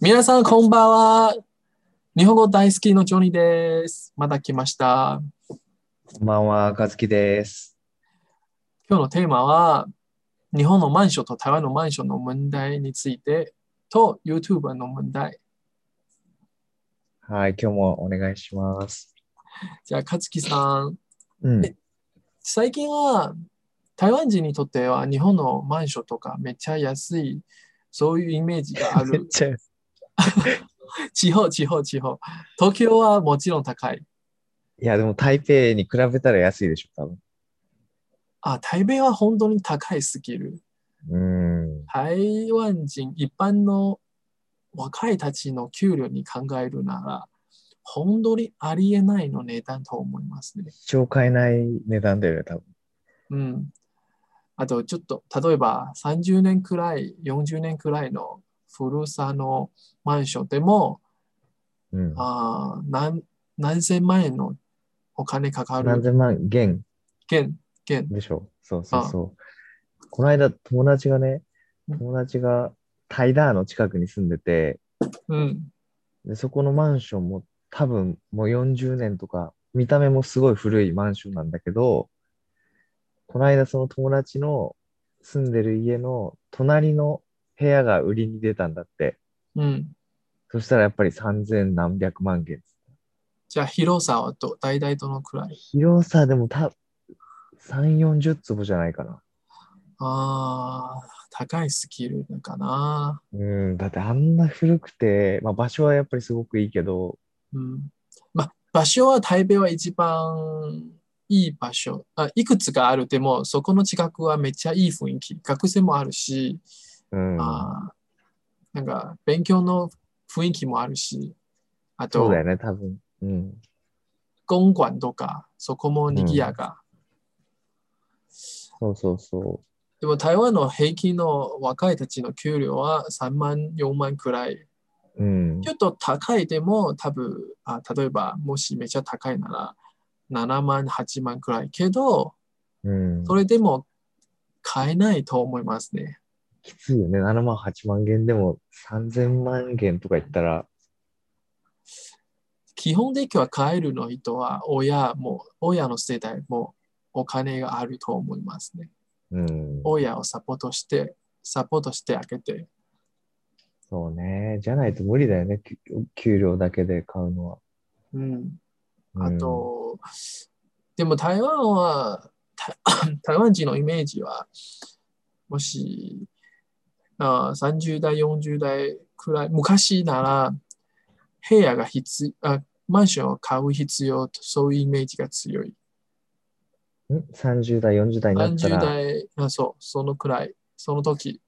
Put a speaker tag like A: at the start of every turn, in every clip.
A: 皆さん、こんばんは。日本語大好きのジョニーです。また来ました。
B: こんばんは、かずきです。
A: 今日のテーマは、日本のマンションと台湾のマンションの問題についてと YouTuber の問題。
B: はい、今日もお願いします。
A: じゃあ、勝木さん、
B: うん。
A: え最近は台湾人にとっては日本のマンションとかめっちゃ安い、そういうイメージがあ
B: め
A: る
B: っ。ちゃ、
A: 地方、地方、地方。東京はもちろん高い。
B: いや、でも台北に比べたら安いでしょ、多分。
A: あ、台北は本当に高いすぎる。
B: うん。
A: 台湾人一般の若いたちの給料に考えるなら、本当にありえないの値段と思いますね。
B: 一生買えない値段だよね、多分。
A: うん。あとちょっと、例えば30年くらい、40年くらいの古さのマンションでも、
B: うん。
A: あー何何千万円のお金かか
B: 何
A: る。
B: 千万元
A: 現、現。
B: でしょ。そうそうそう。この間、友達がね、
A: うん
B: 友達がタイダーの近くに住んでて、
A: うん。
B: でそこのマンションも多分もう40年とか、見た目もすごい古いマンションなんだけど、この間その友達の住んでる家の隣の部屋が売りに出たんだって。
A: うん。
B: そしたらやっぱり3000何百万元。
A: じゃあ広さはど、大体どのくらい
B: 広さでもた3、40坪じゃないかな。
A: ああ、高いスキルだかな。
B: うん、だってあんな古くて、まあ場所はやっぱりすごくいいけど、
A: うん。まあ、場所は台北は一番いい場所。あ、いくつかある。でも、そこの近くはめっちゃいい雰囲気。学生もあるし、
B: うん、
A: あーなんか勉強の雰囲気もあるし、あ
B: そう
A: と
B: だよね、多分。うん。
A: 公館とか、そこも賑やか。
B: そうそうそう。
A: でも台湾の平均の若いたちの給料は3万、4万くらい。
B: うん。
A: ちょっと高いでも多分あ、例えばもしめちゃ高いなら7万、8万くらいけど、
B: うん、
A: それでも買えないと思いますね。
B: きついよね。7万、8万元でも3000万元とか言ったら、
A: 基本的には買えるの人は親も、親の世代もお金があると思いますね。
B: うん。
A: 親をサポートして、サポートしてあげて。
B: そうね。じゃないと無理だよね。き給料だけで買うのは。
A: うん。
B: うん
A: あ、と、でも台湾は、た 台湾人のイメージは、もし、あー30代、40代くらい、昔なら、部屋が必あ、マンションを買う必要と、そういうイメージが強い。
B: ん ?30 代、40代になった
A: 30
B: ら、
A: 代、あそう、そのくらい、その時、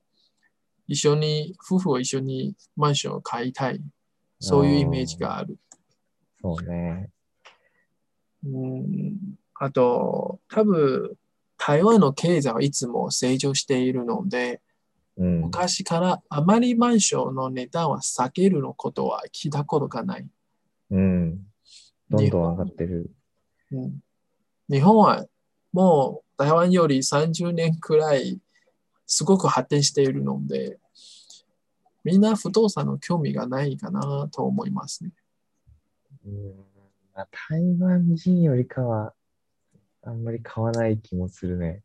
A: 一緒に、夫婦を一緒にマンションを買いたい。そういうイメージがある。
B: そうね。
A: うんあと、多分、台湾の経済はいつも成長しているので、
B: うん。
A: 昔からあまりマンションの値段は下げるのことは聞いたことがない。
B: うん。どん
A: 日
B: どん上
A: 本
B: がってる。
A: うん日本はもう台湾より30年くらいすごく発展しているので、みんな不動産の興味がないかなと思いますね。
B: うんまあ、台湾人よりかは、あんまり買わない気もするね。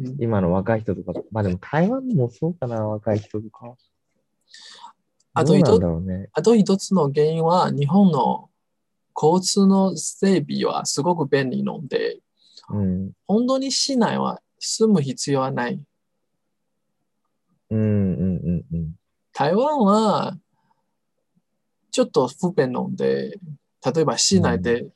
A: うん
B: 今の若い人とか、まあでも台湾もそうかな、若い人とか。
A: あと
B: どうなんだろうね。
A: あと一つの原因は日本の交通の整備はすごく便利なので、
B: うん。
A: 本当に市内は住む必要はない。
B: うんうんうんうん。
A: 台湾はちょっと不便なので、例えば市内で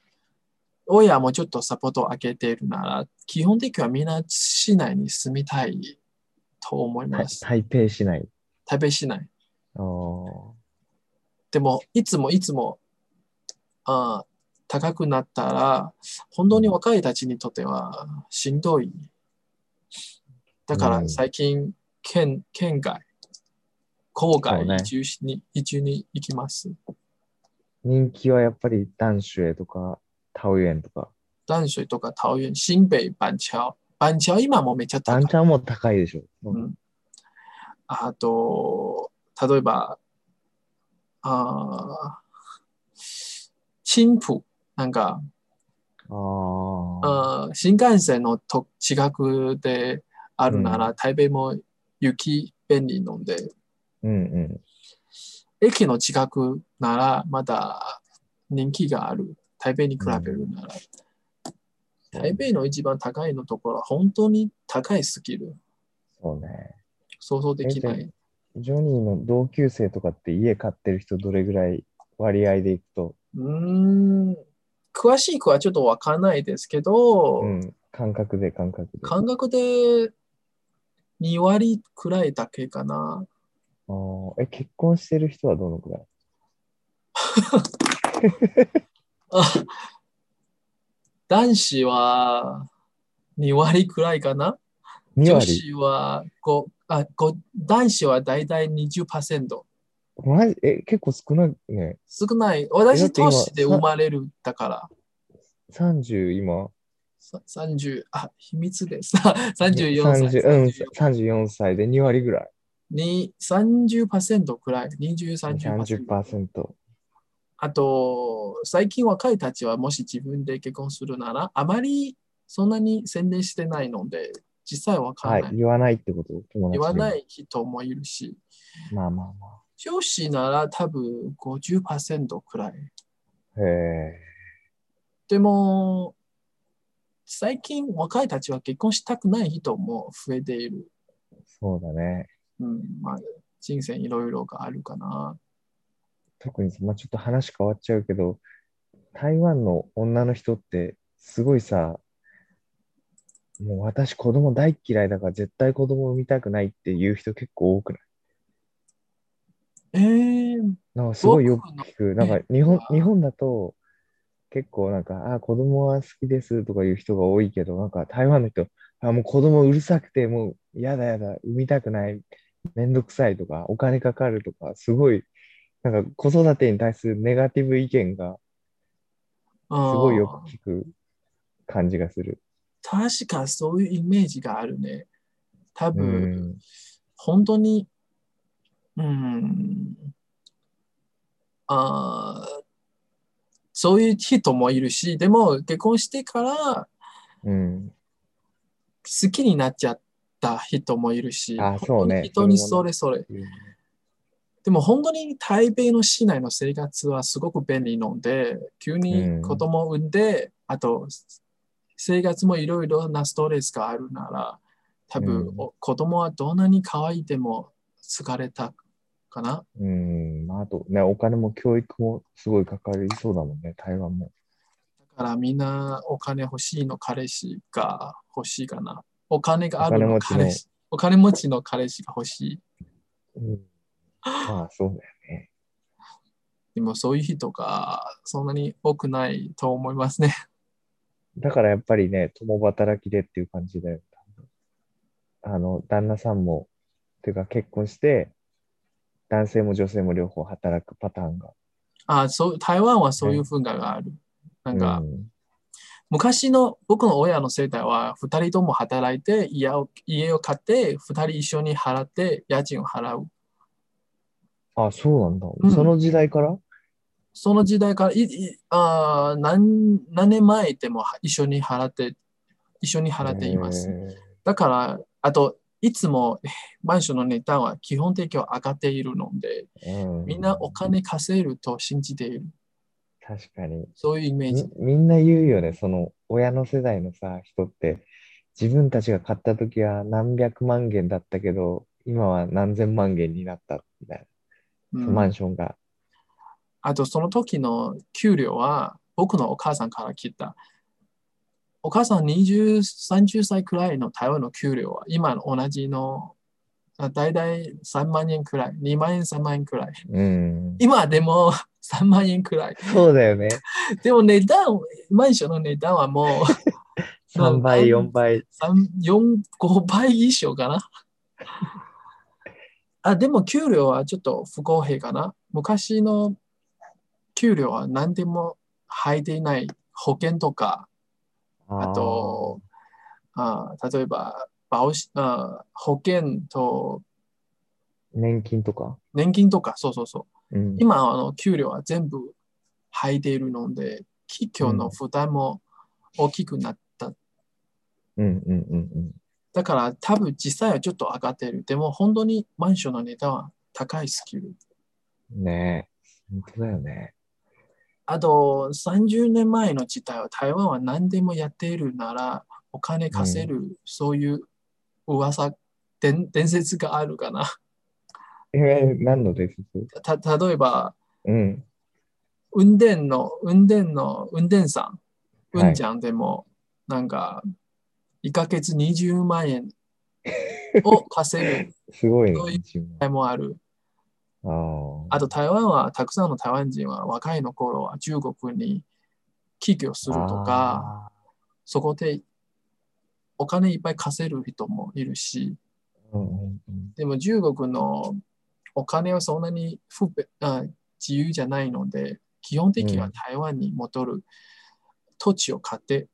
A: 親もちょっとサポートを開けているなら、基本的にはみんな市内に住みたいと思い
B: た
A: ます。
B: 台北市内。
A: 台北市内。
B: あー
A: でも、いつもいつも、あー高くなったら、本当に若いたちにとってはしんどい。だか
B: う
A: ら
B: ん
A: 最近、県、県外、郊外
B: そうね
A: 移住しに、移住に行きます。
B: 人気はやっぱり男子へとか、桃園とか。
A: 淡水とか桃園、新北、板橋。板橋今もめっちゃ高
B: あ
A: い
B: ん。ちゃんも高いでしょ。
A: うんあと、例えば、あー、新浦、なんか、
B: ああ。
A: あー新幹線のと近くであるなら、台北も雪便利なので、
B: うんう
A: 駅の近くならまだ人気がある。台北に比べるなら。
B: ん。
A: 台北の一番高いのところは本当に高いスキル。
B: そうね。
A: 想像できな
B: え
A: い。
B: ジョニーの同級生とかって家買ってる人どれぐらい割合でいくと、
A: うーん。詳しくはちょっとわかんないですけど、
B: うん、感覚で感覚で。あ
A: 感覚で2割くらいだけかな。
B: ーえ、結婚してる人はどのくらい
A: あ男子は2割くらいかな。
B: ?2
A: 女
B: 割
A: 子は5、あ、5、男子はだいたい20%。
B: マジえ、結構少ないね。
A: 少ない。
B: だっ
A: 私、
B: て今
A: 都市で生まれるだから、
B: 30今
A: さ30、あ、秘密です。34歳。
B: 30うん、34歳で2割ぐらい。
A: に30%くらい、20、30%。
B: 30%。
A: あと、最近若いたちはもし自分で結婚するなら、あまりそんなに宣伝してないので、実際わから
B: は
A: ない。
B: い、言わないってこと友達。
A: 言わないい人もいるし、
B: まあまあま
A: 女子なら多分50%くらい。
B: あ。へえ。
A: でも、最近若いたちは結婚したくない人も増えている。
B: そうだね。
A: うん、まあ、人生いろいろがあるかな。
B: 特にさ、まあ、ちょっと話変わっちゃうけど、台湾の女の人って、すごいさ、もう私子供大っ嫌いだから絶対子供産みたくないっていう人結構多くない
A: えー、
B: なんかすごいよ
A: 僕
B: く
A: の
B: 聞く。なんか日本
A: は、
B: 日本だと結構なんか、あ、子供は好きですとかいう人が多いけど、なんか台湾の人、あ、もう子供うるさくて、もう嫌だ嫌だ、産みたくない、めんどくさいとか、お金かかるとか、すごい、なんか子育てに対するネガティブ意見がすごいよ
A: あ
B: く
A: ー
B: 聞く感じがする。
A: 確かそういうイメージがあるね。多
B: う
A: 分、
B: ん。
A: 本当に、うん、あーそういう人もいるし、でも結婚してから
B: うん。
A: 好きになっちゃった人もいるし、
B: あーそうね
A: 本当に人
B: それも
A: に
B: ね
A: それそれ。でも本当に台北の市内の生活はすごく便利なので、急に子供を産んで、あと生活もいろいろなストレスがあるなら、多分、
B: うん
A: お子供はどんなに可愛いでも疲れたかな。
B: うん。まあ、あとね、お金も教育もすごいかかりそうだもんね、台湾も。
A: だからみんなお金欲しいの彼氏が欲しいかな。お金があ
B: お
A: る
B: 金
A: の
B: 持ちの
A: 彼。氏。お金持ちの彼氏が欲しい。
B: うん、まあ、そうだよね。
A: でもそういう人がそんなに多くないと思いますね。
B: だからやっぱりね、共働きでっていう感じだよ。あの、旦那さんも、っていうか結婚して、男性も女性も両方働くパターンが。
A: あそう台湾はそういう文化がある。なんか、
B: うん
A: 昔の僕の親の世代は2人とも働いて家を家を買って2人一緒に払って家賃を払う。
B: あ、そうなんだ。
A: ん
B: その時代から
A: その時代からいいあー何何年前でも一緒に払って一緒に払っています。
B: へ
A: だから、あといつも えーマンションの値段は基本的には上がっているので、
B: えう
A: みんなお金稼げると信じている。
B: 確かに。
A: そういうイメージ。
B: みみんな言うよね、その親の世代のさ、人って、自分たちが買った時は何百万元だったけど、今は何千万元になったみたいな、
A: うん
B: マンションが。
A: あとその時の給料は僕のお母さんから聞いた。お母さん20、30歳くらいの台湾の給料は今の同じのあ大体3万円くらい、2万円、3万円くらい。
B: うん。
A: 今でも 3万円くらい。
B: そうだよね。
A: でも値段、マンションの値段はもう
B: 3倍、4倍。
A: 三四5倍以上かな。 あでも給料はちょっと不公平かな。昔の給料は何でも入っていない保険とか、あと、あ例えば保しあ保険と
B: あー、年金とか。
A: 年金とか、そうそうそう。
B: うん。
A: 今、あの給料は全部入っているので、企業の負担も大きくなった。
B: うんうんうんうん。
A: だから多分実際はちょっと上がってる。でも本当にマンションの値段は高いスキル。
B: ねえ。本当だよね。
A: あと30年前の時代は台湾は何でもやっているならお金稼げる、そういう噂、伝伝説があるかな。
B: え、何の伝説
A: た例えば、
B: うん。
A: 運転の、運転の、運転さん、
B: はい
A: 運ちゃんでも、なんか、1ヶ月20万円を稼ぐ
B: すごいね
A: そうい、
B: 自
A: 場合もある。
B: 分。ああ。
A: あと台湾はたくさんの台湾人は若いの頃は中国に起業するとか、そこでお金いっぱい稼げる人もいるし、
B: あー。うんうんうん
A: でも中国のお金はそんなに不便あ自由じゃないので、基本的には台湾に戻る土地を買って、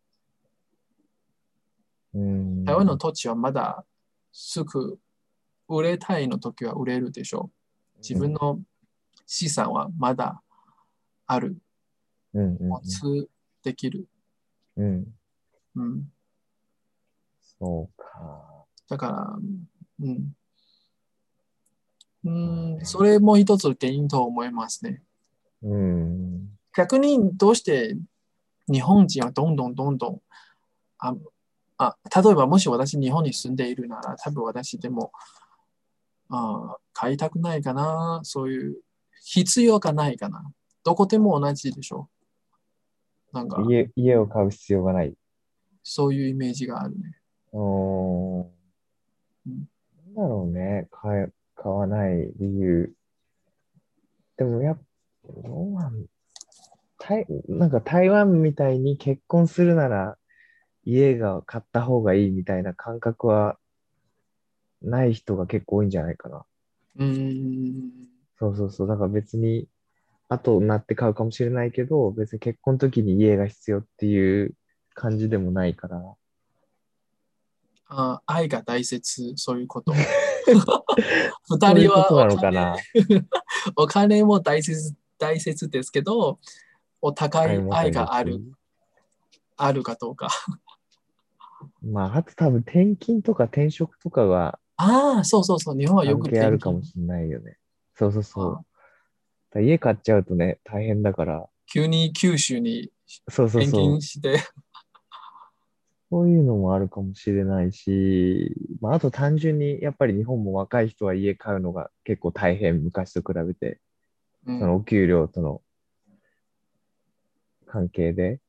B: うん
A: 台湾の土地はまだすぐ売れたいの時は売れるでしょう。自分の資産はまだある。
B: うんうん
A: 持つできる。
B: うん。うん。
A: うん、
B: そうか。
A: だから、うん。うん
B: う、ん
A: それも一つ原因と思いますね。
B: うん。
A: 逆にどうして日本人はどんどんどんどん、ああ例えばもし私日本に住んでいるなら、多分私でも、あ買いたくないかな、そういう必要がないかな。どこでも同じでしょ。なんか、
B: 家、家を買う必要がない。
A: そういうイメージがあるね。
B: おー
A: うん
B: なんだろうね、買え、買わない理由。でもやっぱ、どうなん、台、なんか台湾みたいに結婚するなら家が買った方がいいみたいな感覚はない人が結構多いんじゃないかな。
A: うん。
B: そうそうそう。だから別に後になって買うかもしれないけど、別に結婚の時に家が必要っていう感じでもないから。
A: あ愛が大切、そういう こと。二
B: そうい
A: 人
B: うことなの
A: は
B: かな。
A: お金お金も大切大切ですけど、お互い愛があるあるかどうか。
B: まあ、あと多分転勤とか転職とかが
A: ああ、そうそうそう、日本はよ
B: 関
A: く
B: 係あるかも
A: 転
B: しれないよね。そうそうそう。
A: あ
B: だから家買っちゃうとね、大変だから。
A: 勤急に九州に
B: そうそう
A: 転
B: そう
A: 勤。して、
B: そういうのもあるかもしれないし、まあ、あと単純にやっぱり日本も若い人は家買うのが結構大変、昔と比べて。
A: うん
B: そのお給料との関係で。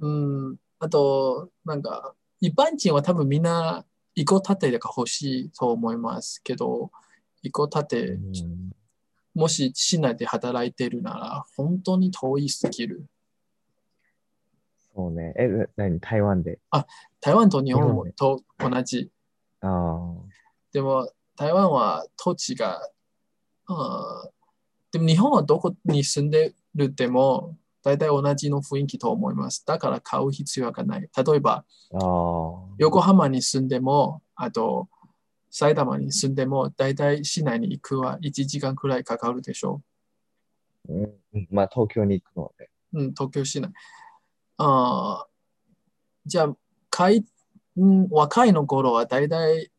A: うん、あと、なんか、一般人は多分みんな、一戸建てが欲しいと思いますけど、一戸建て、
B: うん
A: もし市内で働いてるなら、本当に遠いスキル。
B: そうね。え、な何台湾で。
A: 台湾と日本も
B: 日
A: と同じ。
B: ああ。
A: でも台湾は土地が、あーでも日本はどこに住んでるでも大体同じの雰囲気と思います。だから買う必要がない。例えば
B: ああ。
A: 横浜に住んでも、あと埼玉に住んでも大体市内に行くは1時間くらいかかるでしょ
B: うんうんまあ、東京に行くので。
A: う。うん、東京市内。あーじゃあ買い、うん、若いの頃は大体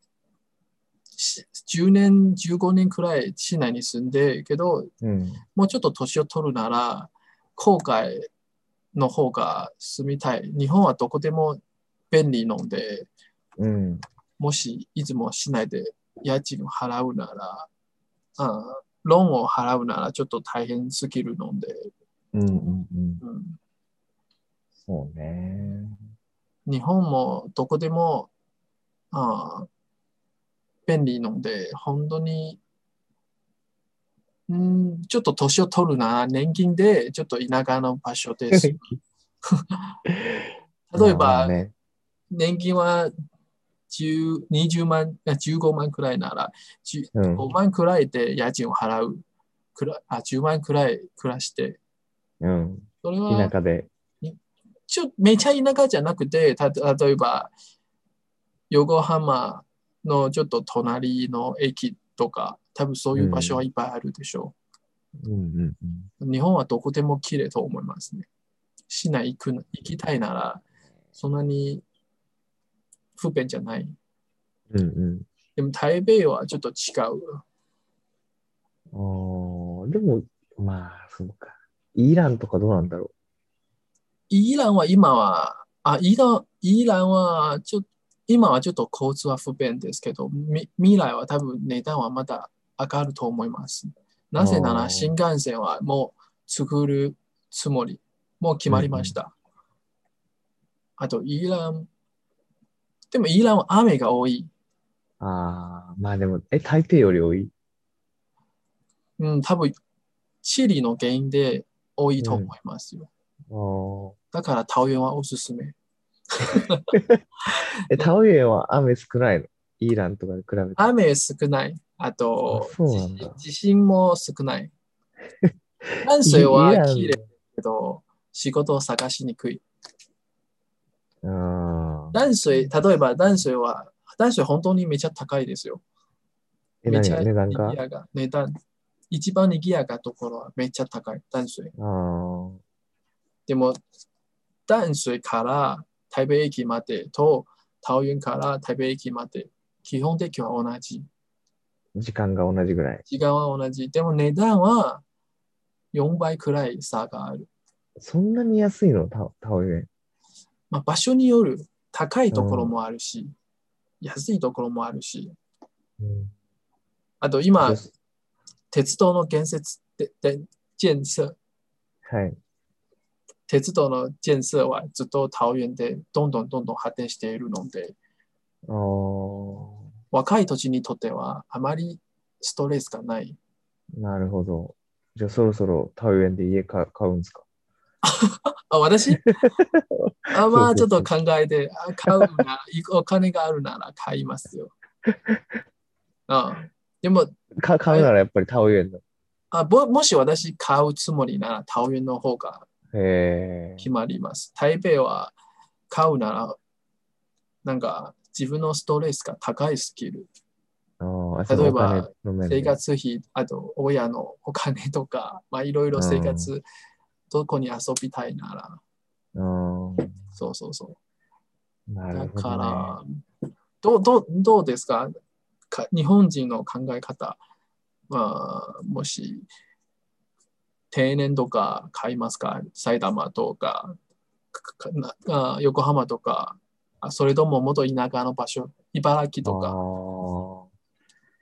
A: し10年、15年くらい市内に住んで、けど、
B: うん。
A: もうちょっと年を取るなら、郊外の方が住みたい。日本はどこでも便利ので、
B: うん。
A: もしいつも市内で家賃を払うなら、あーローンを払うならちょっと大変すぎるので、
B: うんうんうん。
A: うん
B: そうね。
A: 日本もどこでもあー便利なので、本当に、うん、ちょっと年を取るな、年金でちょっと田舎の場所です。 例え
B: まあ
A: ば、
B: ね、
A: 年金は10 20万、あ15万くらいなら、10
B: うん。
A: 5万くらいで家賃を払うくらあ、10万くらい暮らして、
B: うん。
A: それは
B: 田舎で。
A: ちょめちゃ田舎じゃなくて、た例えば、横浜のちょっと隣の駅とか、多分そういう場所はいっぱいあるでしょ
B: うんうん
A: 日本はどこでも綺麗と思いますね。市内行くの行きたいなら、そんなに不便じゃない。
B: うん。うん
A: でも台北はちょっと違う。
B: うん。ああ、でも、まあ、そうか。イランとかどうなんだろ
A: イランは今は、あ、イラン、イランはちょっと、今はちょっと交通は不便ですけど、み未来は多分値段はまだ上がると思います。なぜな
B: あ
A: ら
B: ー
A: 新幹線はもう作るつもり、もう決まりました。あと、イラン、でもイランは雨が多い。
B: う。ああ、まあでも、え、台北より多い
A: うん、多分、地理の原因で多いと思いますよ。
B: あ
A: だ
B: あ。
A: から、桃園はおすすめ。
B: え、タオイエは雨少ないのイランとかで比べて。
A: 雨少ない。あと
B: あ、そうなんだ
A: 地地震も少ない。 淡水は綺麗だ
B: イ
A: けど、仕事を探しにくい。
B: ラン。うん。
A: 淡水、例えば淡水は、淡水本当にめちゃ高いですよ。
B: え、
A: め
B: 何
A: ち
B: が
A: ゃ
B: 値段か
A: 賑やか。値段。一番にぎやかなところはめっちゃ高い。淡水。
B: ああ。
A: でも、淡水から台北駅までと、桃園から台北駅まで、基本的には同じ。
B: 時間が同じぐらい。
A: 時間は同じ。でも値段は4倍くらい差がある。
B: そんなに安いのタタオイエ。
A: まあ、場所による高いところもあるし、安いところもあるし、
B: うん。
A: あと今
B: 女、子
A: 鉄道の建設で、で建設、
B: はい。
A: 鉄道の建設はずっと桃園でどんどんどんどん発展しているので、
B: あー
A: 若い土地にとってはあまりストレスがない。
B: なるほど。じゃあそろそろタオイエで家か買うんですか
A: あ、私あまあち
B: そ
A: ょっ
B: うそうそう
A: と考えて、あ買うな、いお金があるなら買いますよ。あでも
B: か買うならやっぱりタオイエの。
A: あも、もし私買うつもりなら桃園の方が
B: へえ。
A: 決まります。台北は買うなら、なんか自分のストレスが高いスキル、
B: あー
A: 例えば、
B: そのお金の面で
A: 生活費、あと親のお金とか、まあいろいろ生活、どこに遊びたいなら、
B: あー
A: そうそうそ
B: な
A: う。
B: る
A: だ
B: ほど、ね。
A: から、どうどうどうですかか日本人の考え方、まあ、もし、定年とか買いますか埼玉とかかかなあ横浜とか、あそれとも元田舎の場所、茨城と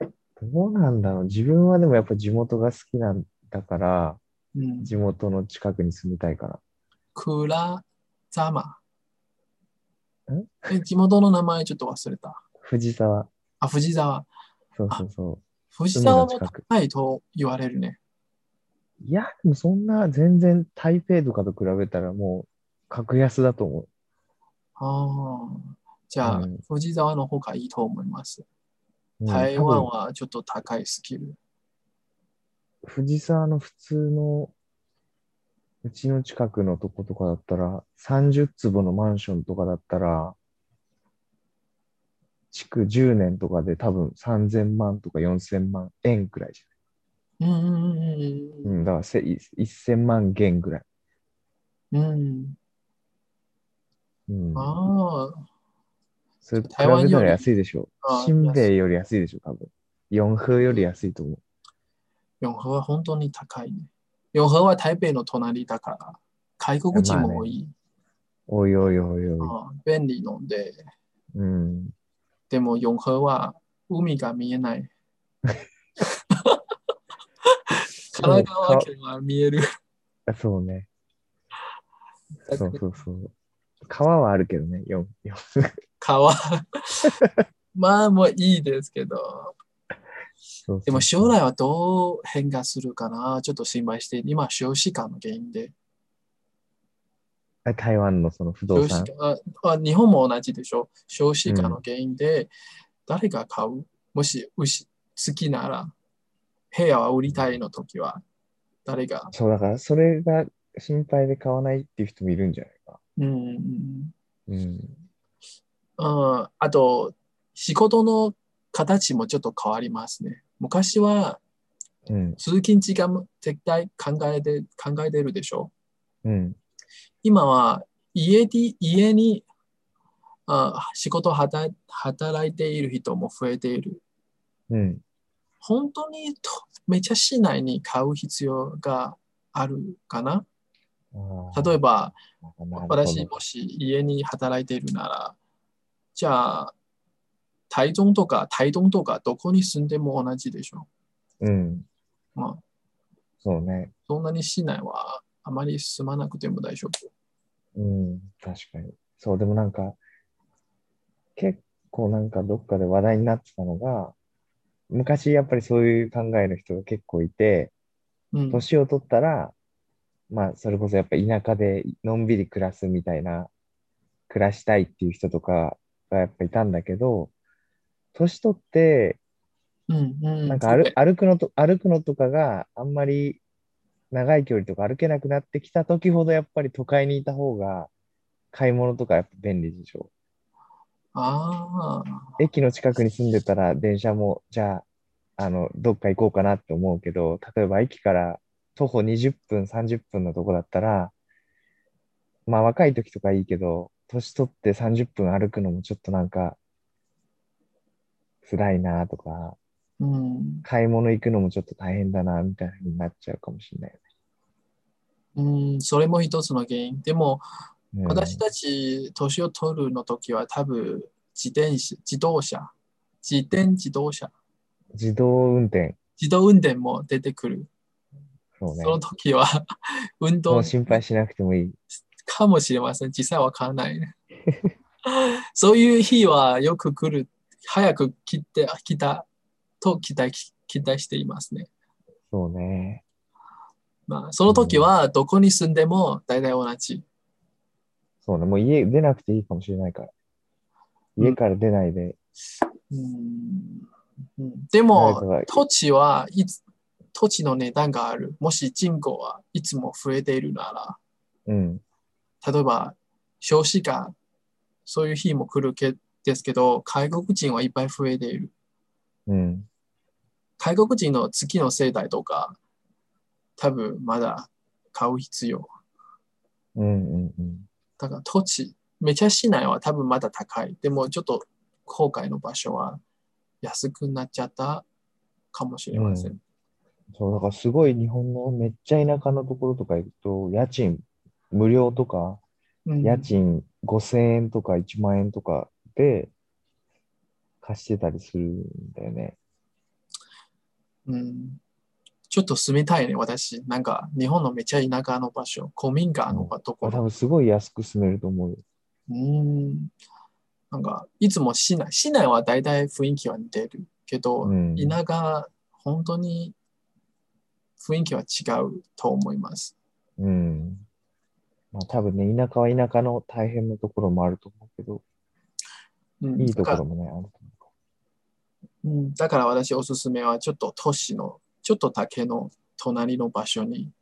B: あ
A: か。
B: ーどうなんだろう。自分はでもやっぱ地元が好きなんだから、
A: うん、
B: 地元の近くに住みたいから。
A: クラザマ
B: ん。
A: え地元の名前ちょっと忘れた。
B: 藤沢。
A: あ、藤沢。
B: そうそうそう。
A: 藤
B: 海の
A: 沢も
B: 近く。
A: 高いと言われるね。
B: いや、でもそんな全然台北とかと比べたらもう格安だと思う。
A: ああ。じゃあ、
B: うん
A: 藤沢の方がいいと思います。
B: うん
A: 台
B: 多
A: 湾
B: 分
A: はちょっと高いスキル。
B: 藤沢の普通のうちの近くのとことかだったら、30坪のマンションとかだったら、築10年とかで多分3000万とか4000万円くらいじ
A: うんうんうん
B: ゃん。うん、だからせい1000万元くらい。
A: うんうん。うん。
B: うん。
A: あー
B: それ比
A: 台湾より
B: べたら安いでしょ
A: あ。
B: 新米より安いでしょ、多分。四風より安いと思う。
A: 永和は本当に高いね。永和は台北の隣だから、外国人も多い。
B: おいおいおいおい。
A: あー便利ので、
B: うん。
A: でも永和は海が見えない。神奈川県は見える。
B: あそうね。
A: だか
B: そう
A: ら
B: そうそう。川はあるけどね、よ、よ。
A: 川。まあもういいですけど、
B: そうそう
A: でも将来はどう変化するかな、ちょっと心配して、今、少子化の原因で。
B: あ台湾のその不動
A: 少
B: 産
A: 子。化ああ日本も同じでしょ。少子化の原因で、誰が買う、もし牛好きなら、部屋は売りたいの時は、誰が、
B: そう、だからそれが心配で買わないっていう人もいるんじゃないか。
A: うん、
B: うん。
A: うんあと、仕事の形もちょっと変わりますね。昔は
B: うん、
A: 通勤時間も絶対考えて、考えてるでしょ
B: うん、
A: 今は家に、家に、あ仕事を働い働いている人も増えている。
B: うん、
A: 本当にとめちゃ市内に買う必要があるかな
B: あー
A: 例えば、
B: なるほど
A: 私もし家に働いているなら、じゃあ、台中とか台東とかどこに住んでも同じでしょ。
B: うん、
A: まあ、
B: そうね。
A: そんなに市内はあまり住まなくても大丈夫。
B: うん、確かに。そう、でもなんか、結構なんかどっかで話題になってたのが、昔やっぱりそういう考えの人が結構いて、
A: うん、
B: 年を取ったら、まあ、それこそやっぱ田舎でのんびり暮らすみたいな、暮らしたいっていう人とかがやっぱいたんだけど、年取って、
A: うん、うん。
B: なんか歩歩くのと、歩くのとかがあんまり長い距離とか歩けなくなってきた時ほどやっぱり都会にいた方が買い物とかやっぱ便利でしょ。
A: ああ、
B: 駅の近くに住んでたら電車もじゃあ、あの、どっか行こうかなって思うけど、例えば駅から徒歩20分、30分のとこだったら、まあ若い時とかいいけど、年取って30分歩くのもちょっとなんか、辛いなとか、
A: うん、
B: 買い物行くのもちょっと大変だなみたいな風になっちゃうかもしれないよ
A: うん。それも一つの原因。でも、
B: ね。うん
A: 私たち年を取るの時は多分自転車、自動車、自転自動車、
B: 自動運転、
A: 自動運転も出てくる。
B: そうね。
A: その時は 運
B: も
A: 動
B: う心配しなくてもいい。
A: かもしれません。実際わからないね。 そういう日はよく来る、早く来て来たと期待し期待していますね。
B: そうね。
A: まあ、その時はどこに住んでも大体同じ。
B: そうね。もう家出なくていいかもしれないから。
A: うん
B: 家から出ないで、
A: うんうんで
B: 誰か
A: も、
B: が
A: 土地はいつ、土地の値段がある。もし人口はいつも増えているな
B: うん、
A: ら、例えば少子化、そういう日も来るけですけど、外国人はいっぱい増えている。
B: うん、
A: 外国人の次の世代とか、多分まだ買う必要。
B: うん、うん、うん。
A: だから土地、めちゃ市内は多分まだ高い。でもちょっと郊外の場所は安くなっちゃったかもしれません。
B: そう、だからすごい日本のめっちゃ田舎のところとか行くと、家賃無料とか、
A: うん
B: 家賃5000円とか1万円とかで貸してたりするんだよね。
A: うん、ちょっと住みたいね、私。なんか日本のめちゃ田舎の場所、古民家のと
B: 多
A: ころ。
B: 分すごい安く住めると思うよ。
A: うん、なんかいつも市内、市内は大体雰囲気は似てるけど、
B: うん
A: 田舎、本当に雰囲気は違うと思います。
B: うん。まあ多分ね、田舎は田舎の大変なところもあると思うけど、
A: うん、
B: いいと
A: だから
B: ころもね、あると
A: うん、だから私おすすめはちょっと都市の、ちょっとだけの隣の場所に、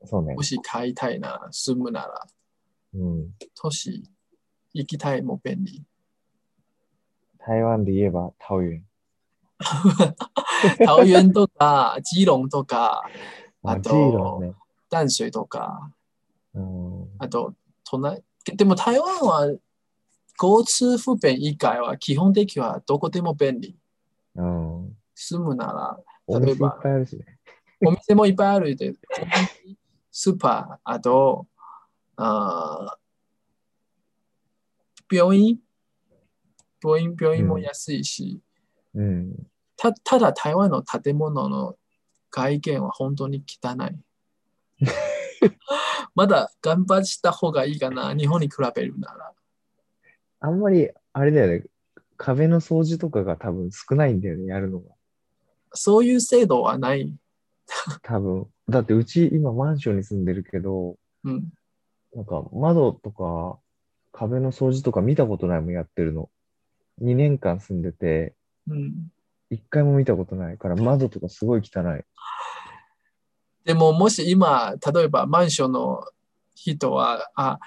B: 思う。そうね
A: も。し買いたいなら、住むなら、
B: うん。
A: 都市行きたいも便利。
B: 台湾で言えば、桃園。
A: 桃園とか、基隆とか、あ
B: あ、
A: と
B: ジーロンね。
A: 淡水とか、
B: うん。
A: あと、隣、でも台湾は交通不便以外は基本的にはどこでも便利。
B: うん。
A: 住むな
B: お
A: 例え
B: 店い
A: ば
B: っぱいあるしね。
A: ら、お店もいっぱいあるで、スーパー、あと、あー病院、病院、病院も安いし、
B: うん。
A: たただ台湾の建物の外見は本当に汚い。まだ頑張った方がいいかな、日本に比べるなら。
B: あんまり、あれだよね。壁の掃除とかが多分少ないんだよね、やるのが。
A: そういう制度はない。
B: 多分。だってうち今マンションに住んでるけど、
A: うん。
B: なんか窓とか壁の掃除とか見たことないもんやってるの。2年間住んでて、
A: うん、
B: 一回も見たことないから、窓とかすごい汚い。
A: でも、もし今、例えばマンションの人は、あ、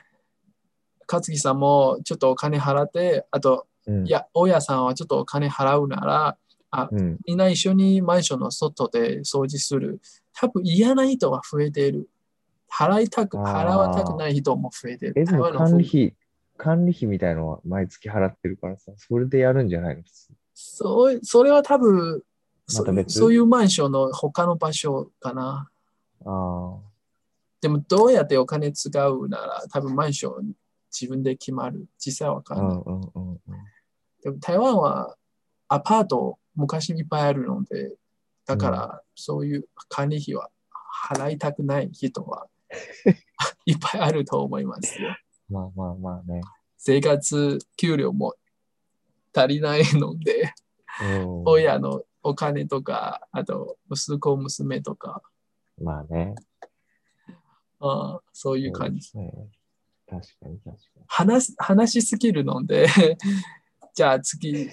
A: 勝木さんもちょっとお金払って、あと、
B: うん、
A: いや、大家さんはちょっとお金払うなら、あ、
B: うん。
A: みんな一緒にマンションの外で掃除する。多分嫌な人は増えている。払いたく、
B: あ
A: 払
B: ー
A: わたくない人も増えてい
B: え、
A: る。
B: で
A: 台
B: も
A: 湾の
B: 管
A: 風
B: 理費、管理費みたいのは毎月払ってるからさ、それでやるんじゃないの普通
A: そうそれは多分、そ
B: また別
A: そういうマンションの他の場所かな。
B: ああ。
A: でもどうやってお金使うなら多分マンション自分で決まる。実際はわか
B: うん
A: ない。
B: んうんうんうん。
A: でも台湾はアパート昔いっぱいあるので、だからそういう管理費は払いたくない人は いっぱいあると思いますよ。
B: まあまあまあね。
A: 生活給料も足りないので、
B: うん
A: 親の お金とか、あと息子、娘とか、
B: まあね。
A: あーそういう
B: そう
A: 感
B: で
A: じ。
B: すね。確かに確かに。
A: 話す話しすぎるので、じゃあ次。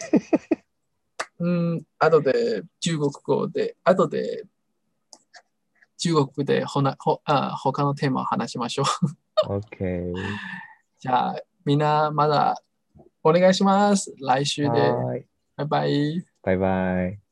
A: うん、後で中国語で、後で中国でほなほあ他のテーマを話しましょう。
B: OK。
A: じゃあみんなまだお願いします。来週で。
B: はーい。
A: バイバイ。
B: バイバイ。